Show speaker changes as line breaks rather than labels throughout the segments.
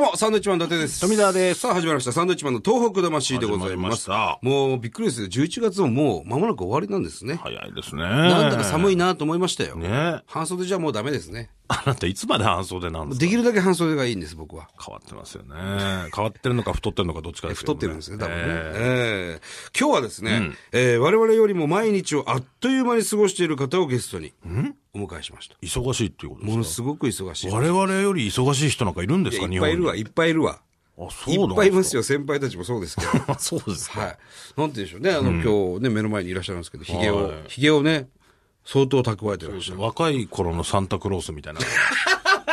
も、サンドイッチマン伊達です。
富澤です
さあ始まりました。サンドイッチマンの東北魂でございます。
始まりました
もうびっくりですね。11月ももう間もなく終わりなんですね。
早いですね。
なんだか
い。
寒いなと思いましたよ。
ね
半袖じゃもうダメですね。
あなたいつまで半袖なんですか
できるだけ半袖がいいんです、僕は。
変わってますよね。変わってるのか太ってるのかどっちかです
太
けど
ってるんですね、多分ね。
え
ええ今日はですね、えー我々よりも毎日をあっという間に過ごしている方をゲストにお迎えしました。
え忙しいっていうこと
もの
です
すごく忙しい。
か我々より忙しい人なんかいるんですか
い
日
やいっぱい
本
いる
に
わ、いっぱいいるわ。
あ、そう
い
な
っぱいいます
よ。
よ、先輩たちもそうですけど。
あ そうですか。
はい。なんて言うんでしょうね。あの、今日ね、目の前にいらっしゃるんですけど、髭を、髭をね、相当蓄えてらっしゃる。
若い頃のサンタクロースみたいな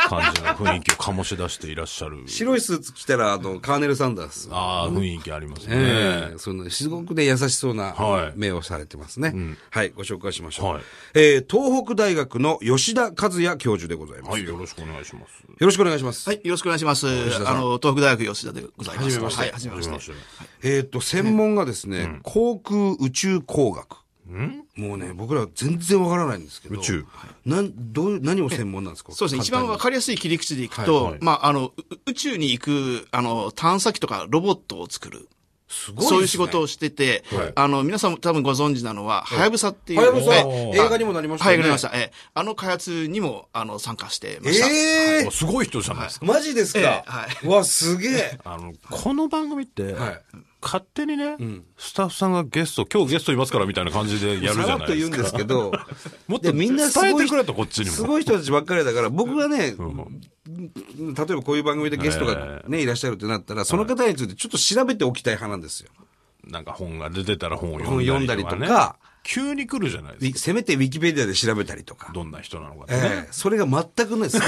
感じの雰囲気を醸し出していらっしゃ る。
白いスーツ着たら、あの、カーネル・サンダース。
ああ、雰囲気ありますね。
ええその、すごくね、優しそうな
はい
目をされてますね。はい、ご紹介しましょう。
はい
えー東北大学の吉田和也教授でございます。
はい、
よ
よろしくお願いします。
ろしくお願いします。
はい、よろしくお願いします。あの、東北大学吉田でございます。はじめまして。はい、はじめまして。
えっ、と、専門がですね、航空宇宙工学。もうね、僕ら全然わからないんですけど。
宇宙
なん、どういう、何を専門なんですか
そうですね、一番わかりやすい切り口でいくと、まあ、あの、う宇宙に行く、あの、探査機とかロボットを作る。
すごいですね
そういう仕事をしてて、あの、皆さんも多分ご存知なのは、はやぶさっていう。
はやぶさ
え
映画にもなりました
は
よ
い、
ね
なりました。ええ、あの開発にも、あの、参加してました。
ええ
あすごい人じゃないですか。
マジですか
え、えは
わ、すげえ。
あの、この番組って、
はい
勝手にね、スタッフさんがゲスト、今日ゲストいますからみたいな感じでやるじゃ
さら
な
っ
い
と
で
言う
す
ん
か。
ですけど、
もっ
で
と
みんなすごい
伝えてくれと、こっちに
す
も。
ごい人たちばっかりだから、僕がね、例えばこういう番組でゲストがね、いらっしゃるってなったら、その方についてちょっと調べておきたい派なんですよ。
なんか本が出てたら本を
本読
読
ん
ん
だ
だ
り
り
と
とか、ね。
か、
急に来るじゃない
ウ
です
ィ
か。
せめてウィキペディアで調べたりとか。
どんな人なのかってね。
ええそれが全くないです。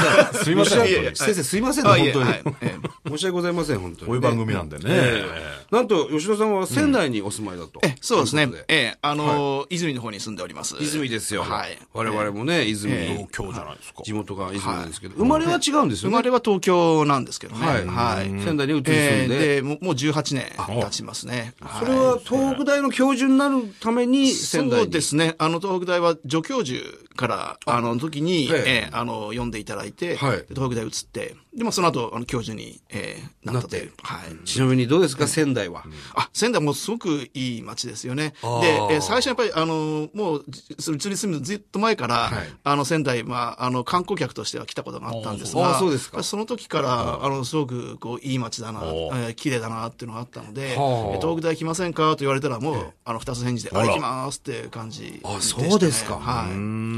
す
いません
先生、すいませんね、
あい
本
え
当に
はいえ。
申し訳ございません、本当にね。
こういう番組なんでね。
ええなんと、吉田さんは仙台にお住まいだと。
えそうですね
とい。こと
ええ、あの、泉の方に住んでおります。
泉ですよ。
はい。
我々もね、泉の
東京じゃないですか。
地元が泉なんですけど、生まれは違うんです
生
よね。
まれは東京なんですけどね。
はい。
はい。
仙台に移り住ん
えー
で。
でもうもう18年経ちますね。
それは東北大の教授になるために仙台に。
そうですね。あの、東北大は助教授から、あの、時に、
ええ
ええあの、読んでいただいて、
はい
で東北大移って、で、まあ、その後、あの、教授に、ええなったという。はい。
ちなみにどうですか、仙台は。
あ、仙台もすごくいい街ですよね。
あー
で、えー最初やっぱり、あの、もう、じその移り住むずっと前から、
はい
あの、仙台、まあ、あの、観光客としては来たことがあったんです
あー
が、
そうですか
やっぱりその時から、あの、すごく、こう、いい街だな、え
お
ー綺麗だな、っていうのがあったので、え
はあ
ー東北大来ませんかと言われたら、もう、あの、二つ返事で、
ら
あ、行きますっていう感じでした、ね。は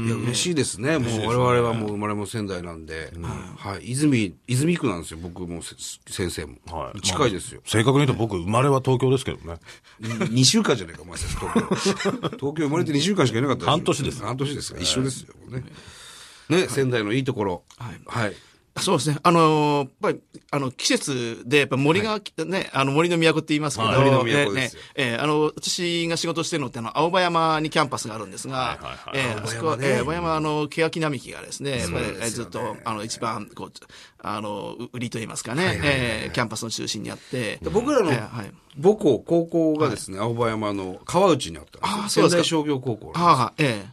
いい。
や、嬉しいですね。もう我々はもう生まれも仙台なんで。はい。泉、泉区なんですよ。僕もせ先生も
は。い
近いですよ。
正確に言うと僕、生まれは東京ですけどね。
2週間じゃないか、お前先生東京。東京生まれて2週間しかいなかったしょ
半年です
半年ですか。一緒ですよ。ね。ね、仙台のいいところ。
はい
はい。
そうですね。あのーやっぱり、あの、季節で、やっぱ森が、ね、あの、森の都って言いますけど、
はい
森の都ですよ
ねねえーあの、私が仕事してるのって、あの、青葉山にキャンパスがあるんですが、
はいはいはい
えーあそこは、
青葉山ね
えー青葉山、あの、欅並木がですね、やっぱ
そうで
り
すよね
えーずっと、あの、一番、こう、あの、う売りと言いますかね、えーキャンパスの中心にあって、
僕らの
えーはい。
母校、高校がですね、青葉山の川内にあったん
あー
です
そう
よ。
で
仙台
すか
商業高校なんです。
ああ、ええ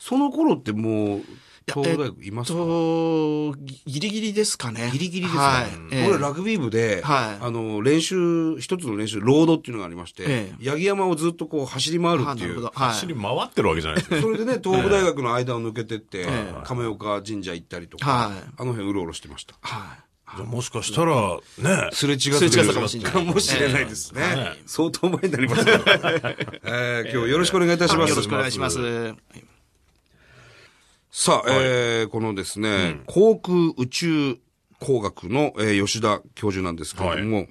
その頃ってもう、
や
東大学いますか
と、ぎギリギリですかね。
ギリギリですね。
はい。ええ
俺ラグビー部で、
はい
あの、練習、一つの練習、ロードっていうのがありまして、
え
八木山をずっとこう走り回る
あ
っ
ー
て
ないるほ
う
ど。。はい。
走り回ってるわけじゃないですか。
それ でね、東北大学の間を抜けてって、
え
亀岡神社行ったりとか、
はい
あの辺うろうろしてました。
はい。
じゃあもしかしたら、ね。
すれ違ってる
すれ違ったかもしれない
かもしれないですね。相当前になり ますけど、えー今日よろしくお願いいたします。
よろしくお願いします。はい
さあ、えーこのですね、航空宇宙工学の、えー吉田教授なんですけれども、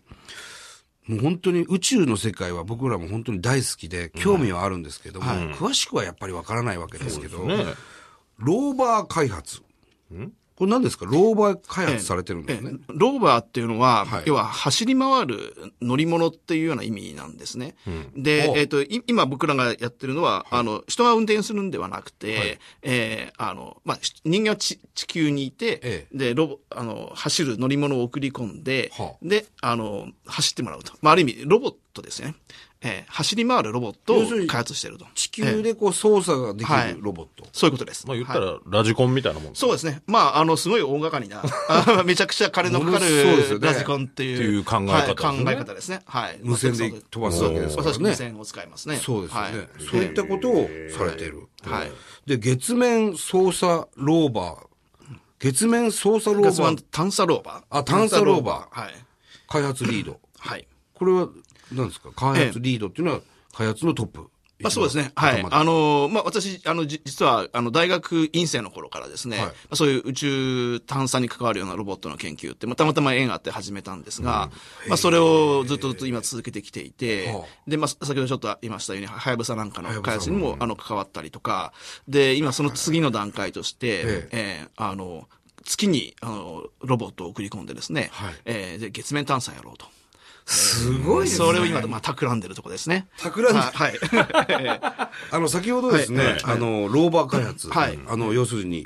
もう本当に宇宙の世界は僕らも本当に大好きで、興味はあるんですけども、詳しくはやっぱりわからないわけですけど、ローバー開発。これ何ですかローバー開発されてるんですね。
ええローバーっていうのは、
はい
要は走り回る乗り物っていうような意味なんですね。で、えっ、と、い今僕らがやってるのは、あの、人が運転するんではなくて、えーあの、まあ、し人間はち地球にいて、
え
で、ロボ、あの、走る乗り物を送り込んで、
はあ
で、あの、走ってもらうと。まあ、ある意味、ロボットですね。えー走り回るロボット
要する
を
に
開発していると。
地球でこう操作ができ
はい
るロボット。
そういうことです。
まあ言った
はい
ら、ラジコンみたいなもんですね
そうですね。まあ、あの、すごい大掛かり な、あめちゃくちゃ金のかか
ものすごいですよ
る
ね
ラジコンっていう。
っていう考え方ですね
はい考え方ですね。はい。
無線で飛ばすわけですからね
私無線を使いますね。
そうですよね、
はい
そういったことをされている。
はい
で、月面操作ローバー。月面操作ロー
ガス
バ
マン
ー
探査ローバー。
あ探査ローバー
探査はい。
開発リード。
はい。
これは、何ですか開発リードっていうのは、開発のトップ。
まあ、そうですね。はい。あのー、まあ、私、あの、じ実は、あの、大学院生の頃からですね、
はい
まあそういう宇宙探査に関わるようなロボットの研究って、まあ、たまたま縁があって始めたんですが、まあ、それをずっとずっと今続けてきていて、
は
で、まあ、先ほどちょっと言いましたように、ははやぶさなんかの
はやぶさ
開発にも、あの、関わったりとか、で、今、その次の段階として、
え
えーあの、月に、あの、ロボットを送り込んでですね、
はい
えーで月面探査やろうと。
すごいですね。
それを今、まあ、企んでるとこですね。
企んでる
はい。
あの、先ほどですね、
はい
あの、ローバー開発。
はい
あの、要するに、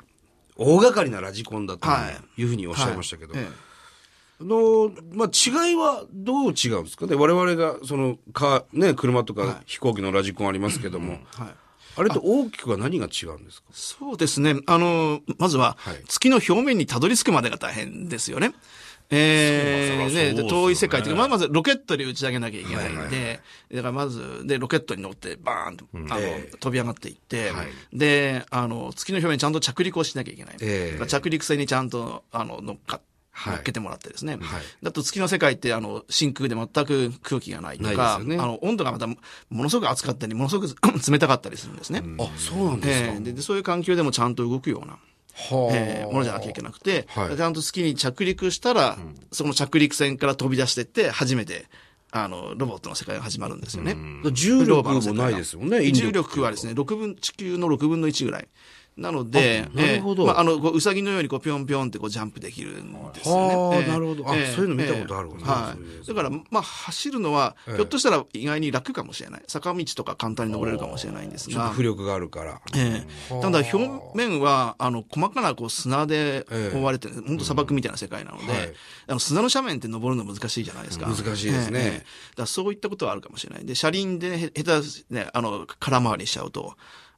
大掛かりなラジコンだと
はい
いうふうにおっしゃいましたけど、
はいええ
あの、まあ、違いはどう違うんですかね我々が、その、か、ね、車とか飛行機のラジコンありますけども、
はい
あれと大きくは何が違うんですか
そうですね。あの、まずは
はい、
月の表面にたどり着くまでが大変ですよね。え
そう
ー、
まあそりゃそうで
ね
すよね
で遠い世界というか、まあまずロケットで打ち上げなきゃいけないんで、だからまず、で、ロケットに乗って、バーンと、あの、飛び上がっていって、で、あの、月の表面にちゃんと着陸をしなきゃいけない。
ええ
だから着陸船にちゃんと、あの、乗っか
はい
乗っけてもらってです
は
ね。
い
だと月の世界って、あの、真空で全く空気がないと
な
か、
いですよね
あの、温度がまた、ものすごく暑かったり、ものすごく 冷たかったりするんですね。
あ、そうなんですか。
ええででそういう環境でもちゃんと動くような、
はあ、
ええものじゃなきゃいけなくて、
はい
ちゃんと月に着陸したら、その着陸船から飛び出してって、初めて、あの、ロボットの世界が始まるんですよね。
重
ロ
力
ーバーの世
も
界が
ないですもんね、引
重力はですね、6分、地球の6分の1ぐらい。なので、
あなるほど
ええまあ、あの、こう、うさぎのように、こう、ぴょんぴょんって、こう、ジャンプできるんです
は
よ
あ
ね。
なるほどあそういうの見たことあるわね
は
そういうや
い。だから、まあ、走るのは、ひょっとしたら意外に楽かもしれない。坂道とか簡単に登れるかもしれないんです
ちょっと
が。
浮力があるから。
ええ、ただ表面はあの細かなこう砂で
ええ
覆われてる、ほんと砂漠みたいな世界なので、
はい
あの砂の斜面って登るの難しいじゃないですか。
難しいですね
だからそういったことはあるかもしれない。で、車輪で、ね、へ下手すね、あの、空回りしちゃうと、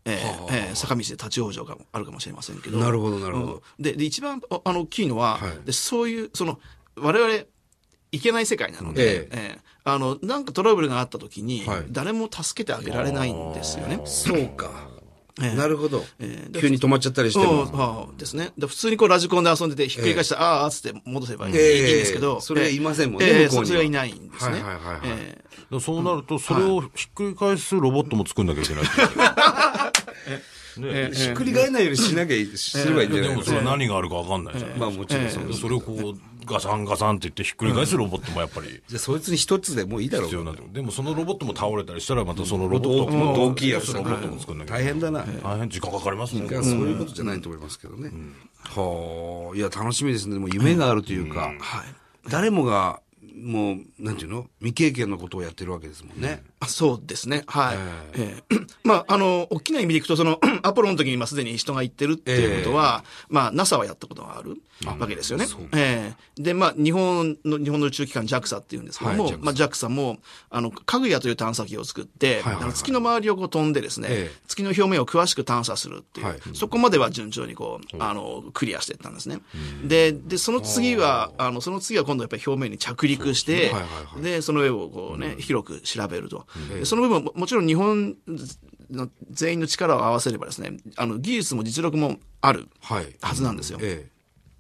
ええええ坂道で立ち往生があるかもしれませんけど。
なるほどなるほど
うんでで、一番おあの大きいのは、
はい
でそういう、その、我々、いけない世界なので、
ええ
ええあの、なんかトラブルがあった時に
はい、
誰も助けてあげられないんですよね。
そうか。
ええ
なるほど、
ええ
急に止まっちゃったりして
うん
も。
はいですね。で普通にこうラジコンで遊んでてひっくり返したら、あーあーっつって戻せばいい,、
ええ
んですけど。
それはいませんもんね
ええ
向こうには
そそれはいないんですね。
はいはいはいはい
ええ
でもそうなると、それをひっくり返すロボットも作んなきゃいけないっていう。
ええ
ひっくり返らないようにしなきゃいい、すればいいんじゃ
で
ない
も
の
それは何があるかわかんないじゃない
まあもちろん
で
そうです。
それをこう、ガサンガサンって言ってひっくり返すロボットもやっぱり
じゃあそいつに一つでもういいだろ
必要
う。
なんだけどでもそのロボットも倒れたりしたら、またそのロボット
もっ
も
と大きいやつ
ロボットも作んなきゃい
大
けない。
変だな。
大変、時間かかりますね。
そういうことじゃないと思いますけどね。はあ、いや、楽しみですね。でも夢があるというか、
はい。
誰もが、もう、なんていうの未経験のことをやってるわけですもんね。
あそうですね。はい。ええ まあ、あの、大きな意味でいくと、その、 アポロの時にまあすでに人が行ってるっていうことは、まあ、NASA はやったことがあるわけですよね。ええで、まあ、日本の、日本の宇宙機関 JAXA っていうんですけども、
はい JAXA
まあ、JAXA も、あの、かぐやという探査機を作っ
はい
て、
はいはい
あの月の周りをこう飛んでですね、
ええ
月の表面を詳しく探査するっていう、
はい
そこまでは順調にこう、あの、クリアしていったんですね。で、で、その次は、あの、その次は今度やっぱり表面に着陸して、
はいはいはい
で、その上をこうね、広く調べると。でその部分も、もちろん日本の全員の力を合わせればですね、あの、技術も実力もある
はい。
はずなんですよ。
ええ。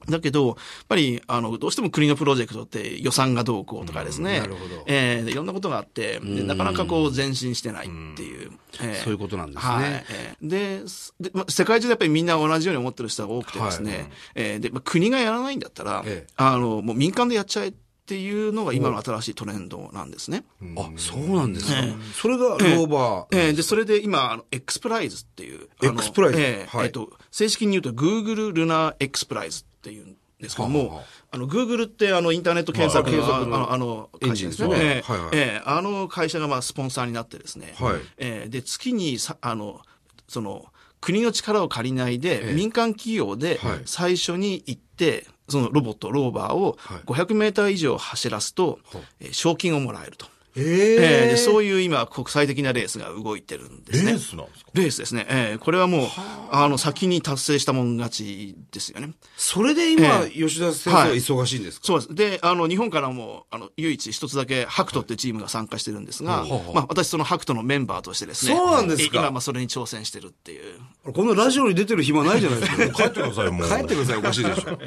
だけど、やっぱり、あの、どうしても国のプロジェクトって予算がどうこうとかですね。
なるほど
えーでいろんなことがあって、でなかなかこう前進してないっていう。えー
そういうことなんですね
はいえーですで、ま世界中でやっぱりみんな同じように思ってる人が多くてですね。
はい
えーで、ま国がやらないんだったら、
ええ
あの、もう民間でやっちゃえっていうのが今の新しいトレンドなんですね。
あ、そうなんですか。それがローバー。
えーで、それで今、あの X プライズっていう。あの
X プライズ
えー
はい
えーと、正式に言うと Google ルナ X プライズっていうんですけど
はあは
も
あ、
あの、Google ってあの、インターネット検索の、
はい
あの、あの、
エン
会
ジ
社
ンで
ですす
よねは
ね。えー
いはい
えーあの会社がまあ、スポンサーになってですね。
はい
えーで、月にさ、あの、その、国の力を借りないで、民間企業で
はい
最初に行って、そのロボット、ローバーを
はい
500メーター以上走らすと、
ほう
えー賞金をもらえると。
え
えーでそういう今国際的なレースが動いてるんですね。
レースなんですか
レースですね。えーこれはもう、あの、先に達成したもん勝ちですよね。
それで今、
え
吉田先生は
はい
忙しいんですか、
そうです。で、あの、日本からも、あの、唯一一つだけ、ハクトってチームが参加してるんですが、まあ、私そのハクトのメンバーとしてですね。
そうなんですか
今、まあ、それに挑戦してるっていう。
このラジオに出てる暇ないじゃないですか。
帰ってください、も う。
帰ってください、おかしいでしょ。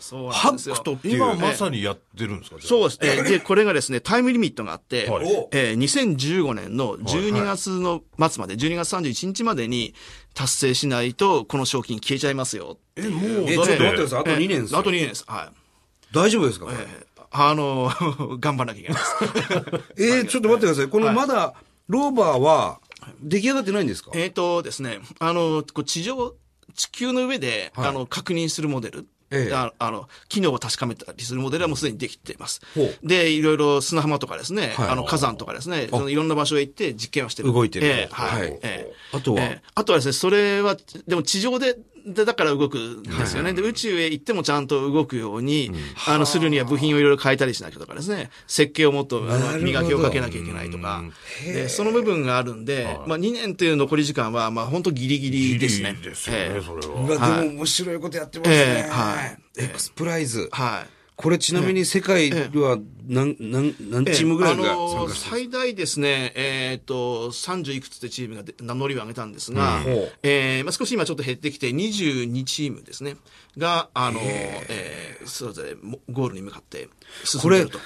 そう
ハックとっていう。
今まさにやってるんですか。
そううですね。で、これがですね、タイムリミットがあって、
はい
えー2015年の12月の末まで、12月31日までに達成しないと、この賞金消えちゃいますよっていう。
え、ちょっと待ってください。あと2年ですよ
あと2年です。はい。
大丈夫ですか
えーあの、 頑張らなきゃいけないです。
えーちょっと待ってください。このまだ、ローバーは、出来上がってないんですか
えっとですね、あの、こう地上、地球の上で、あの、確認するモデル。
ええ
ああの、機能を確かめたりするモデルはもうすでにできています
ほう。
で、いろいろ砂浜とかですね、
はい
あの火山とかですね、そのいろんな場所へ行って実験はしてる。
動いてる
ええはい。
はい
ええ
あとは
ええあとはですね、それは、でも地上で、で、だから動くんですよね。で、宇宙へ行ってもちゃんと動くように、あの、するには部品をいろいろ変えたりしなきゃとかですね、設計をもっと、あ
なるほ
の、
ど
磨きをかけなきゃいけないとか、で、その部分があるんで、まあ、2年という残り時間は、まあ、本当ギリギリですね。
いいですよね、
ええ
それ
う
は。
わでも面白いことやってますね
え。ーはい
エクスプライズ。
はい。
これちなみに世界では何、何、何チームぐらいが
あ
参加
の
してるんですか
最大ですね、えっ、と、30いくつってチームがで名乗りを上げたんですが、
うんほう
えーまあ、少し今ちょっと減ってきて、22チームですね、が、あの、えーそれぞれもゴールに向かって進
こ
んで
れ、
ると。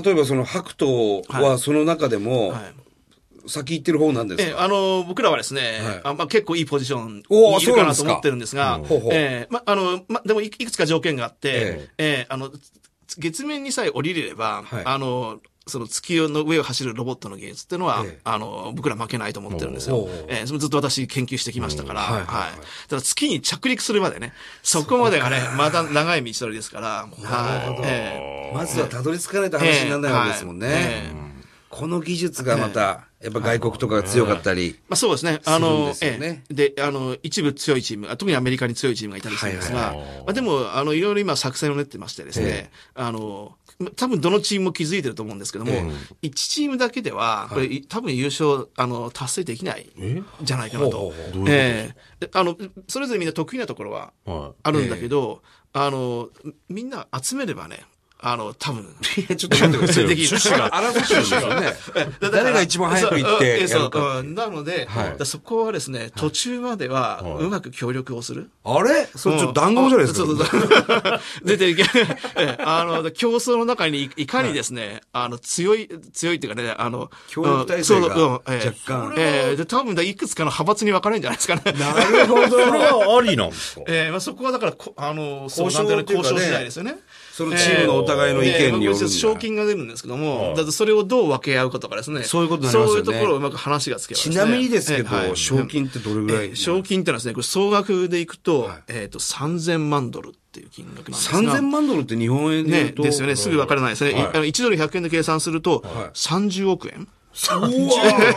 例えばその白桃はその中でも、
はい
先行ってる方なんです
え
か、
あの僕らはですね、あまあ、結構いいポジション
おー
にいるかなと
そうなんですか
思ってるんですが、
うんほうほう
えーまあのま、でもいいくつか条件があって、
え
えーあのつ月面にさえ降りれれば、
はい
あのその月の上を走るロボットの技術っていうのは、
ええ
あの僕ら負けないと思ってるんですよ
おー。
えーそれずっと私研究してきましたから、
はいは
はいい
はい
ただ月に着陸するまでね、そこまでがね、まだ長い道のりですから、はいえ
まずはたどり着かないと
ー
話にならないわけですもんね。
えーはいえー
この技術がまた、やっぱ外国とかが強かったり、
まあそうですね。あの、
するんですよね
ええで、あの、一部強いチーム、あ特にアメリカに強いチームがいたりするんですが、
はいはいはい
まあでも、あの、いろいろ今作戦を練ってましてですね、あの、ま多分どのチームも気づいてると思うんですけども、1チームだけでは、これ、多分優勝、あの、達成できない
え
じゃないかな
ほう
と
ほう。
ええであの、それぞれみんな得意なところは
は
あるんだけど、あの、みんな集めればね、あの、多分、
いやちょっと待ってください。
できる。
争ってるんですよね。誰が一番早く行ってや
そう
るか。
うんなので、
はい
だからそこはですね、途中まではうまく協力をする。
あれそれちょっと談合じゃないですか。
うんそうそうそう。 出ていけ、えあの、競争の中にいいかにですね、あの、強い、強いっていうかね、あの、
協力体制が
うんそううんええ
若干
ええで、多分だ、いくつかの派閥に分かれるんじゃないですかね。
なるほ
い。それはありなんですか
ええまあ、そこはだから、こあの、
交渉
そうなんていうの
っていうかね
交渉次第ですよね。
そのチームのお互いの意見によるんだ
ええ賞金が出るんですけども、だってそれをどう分け合うかとかですね。
そういうことになりますよね
そういうところをうまく話がつけば
ちなみにですけ
ええは
ど、
い
賞金ってどれぐら
え
い
ー賞金ってのはですね、これ総額でいくと、えっ、と、3000万ドルっていう金額なんですが。
?3000 万ドルって日本円で言
ね、
うと。
ですよね。すぐ分からないですね。いあの1ドル100円で計算すると、30億円
うわ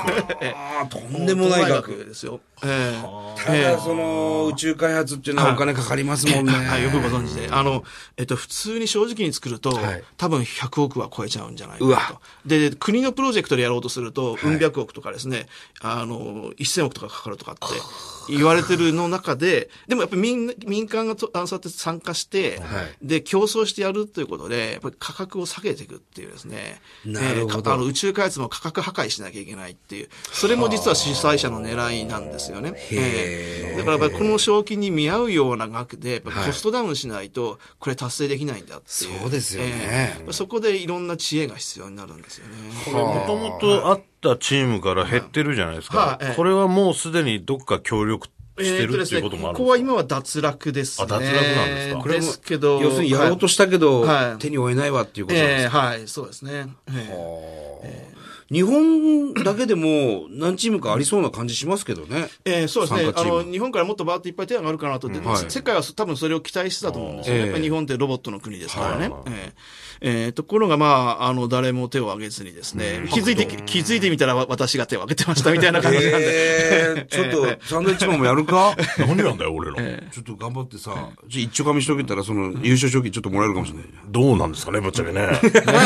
ーとんでもない額。
ですよ。 えー
ただ、その、宇宙開発っていうのはお金かかりますもんね。
はい、よくご存知で。あの、えっと、普通に正直に作ると、多分100億は超えちゃうんじゃないか
う
な
わ
と。で、国のプロジェクトでやろうとすると、うん百億とかですね、あの、1000億とかかかるとかって言われてるの中で、でもやっぱり民民間がとあのそうやって参加して、
はい
で、競争してやるということで、やっぱり価格を下げていくっていうですね、
なるほど
えーかあの宇宙開発も価格破壊しなきゃいけないっていう、それも実は主催者の狙いなんですよね。
へー
えーだからやっぱりこの賞金に見合うような額で、やっぱコストダウンしないと、これ達成できないんだっていう。
そうですよね
えーそこでいろんな知恵が必要になるんですよね。
もともとあったチームから減ってるじゃないですか
は。いはい
これはもうすでにどっか協力してるっていうこともあ
こ
るんですか
こは今は脱落ですね。
あ脱落なんですか
これもですけど。
要するにやろうとしたけど
は、い
手に負えないわっていうことなん
え
で
え
すか。
はい、そうですね。ええ
日本だけでも何チームかありそうな感じしますけどね。
えーそうですね
参加
あ
チーム
の、日本からもっとバーッといっぱい手が上がるかなと、で
はい
世界は多分それを期待してたと思うんですよ
え
ね、
え
やっぱり日本ってロボットの国ですからね、
はい
えええーところが、まあ、あの誰も手を挙げずにですね、気づいて気づいてみたらわ私が手を挙げてましたみたいな感じなんで、
えー、ちょっと、サンドイッチマンもやるか
何なんだよ、俺ら。
ちょっと頑張ってさ、じゃあ一丁紙しとけたら、その、優勝賞金ちょっともらえるかもしれない。
どうなんですかね、ぶっちゃけね。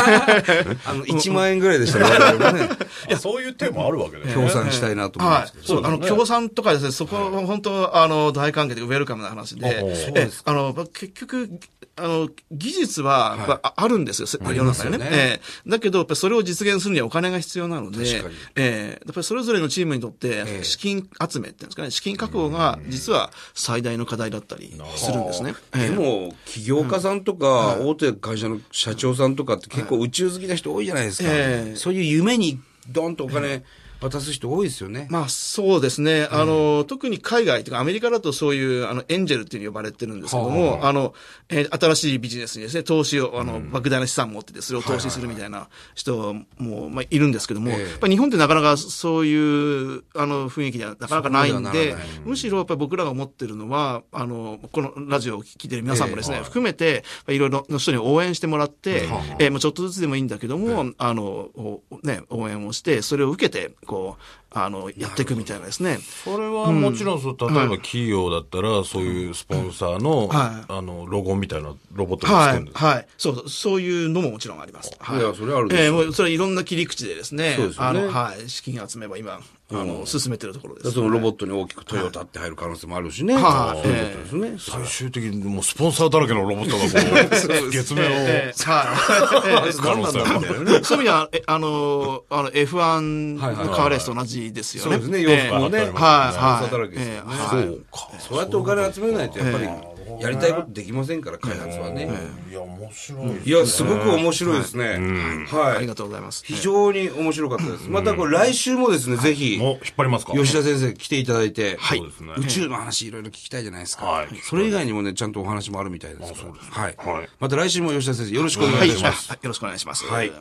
あの、1万円ぐらいでしたら、我々もね、
いや、そういう手もあるわけだ よ
協賛したいなと思うん
は
ですけ
い、
ど。
そう、あの、共産とかですね、そこは本当、あの、大歓迎で、ウェルカムな話で、
おお
え
そう
です
あの、結局、あの、技術は、
はい
やっぱあるんですよ、世
あり
世の
ますよ
中に
ね
ね。ええだけど、やっぱりそれを実現するにはお金が必要なので、
確かに
ええやっぱりそれぞれのチームにとっ
え
て、資金集めっていうんですかね、資金確保が、実は最大の課題だったりするんですね。
でも、起業家さんとか、大手会社の社長さんとかって結構宇宙好きな人多いじゃないですか
え。え
そういう夢にドンとお金渡す人多いですよね。
まあそうですね、あの特に海外というか、アメリカだとそういうあのエンジェルっていうふうに呼ばれてるんですけども、あのえー新しいビジネスにです、ね、投資を、あの莫大な資産を持ってて、それを投資するみたいな人も、まあ、いるんですけども、
ええ
やっぱり日本ってなかなかそういうあの雰囲気ではなかなかないん
そこまで
で、
はならない
むしろやっぱり僕らが思ってるのは、あのこのラジオを聞いてる皆さんもですね、
ええ
含めて、いろいろの人に応援してもらって、えーもうちょっとずつでもいいんだけども、あのおね、応援をして、それを受けてこうあのやっていくみたいなですね。
それはもちろんそう、例えば企業だったら、そういうスポンサーの、
は
あの、ロゴみたいなロボットを作
は
るん
い
で、す。
はい、そう、そういうのももちろんあります。はい
やそれはあるでしょう
えーもうそれはいろんな切り口でですね、
そうですよ
あ
ね
の、はい、資金集めば今、あの、進めてるところです。
そのロボットに大きくトヨタって入る可能性もあるしね。
はい
そういうことですね。
最終的にもうスポンサーだらけのロボッ トがこう、月面を
えーはい。えー
可能性もある。
そういう意味では、えあの、あの、F1
はいはい
のカーレースと同じですよ
そう
ね。
ですね、洋服も
え
ね、
え
スポン
はい
サーだらけですよね。
はい
そうか。そうやってお金集めないと、やっぱり、やりたいことできませんから、開発はね。
いや、面白い。
いや、すごく面白いですね。
あ
は
り
い
が。とうございます。
非常に面白かったです。またこれ来週もですね、ぜひ、
もう引っ張りますか
吉田先生来ていただいて、
いそうですね
宇宙の話いろいろ聞きたいじゃないですか、
はい
それ以外にもね、ちゃんとお話もあるみたいですから。はい
はい
また来週も吉田先生よろしくお願
はいい、
いたし
あ
ま
よ
す。
ろしくお願いします。
はい。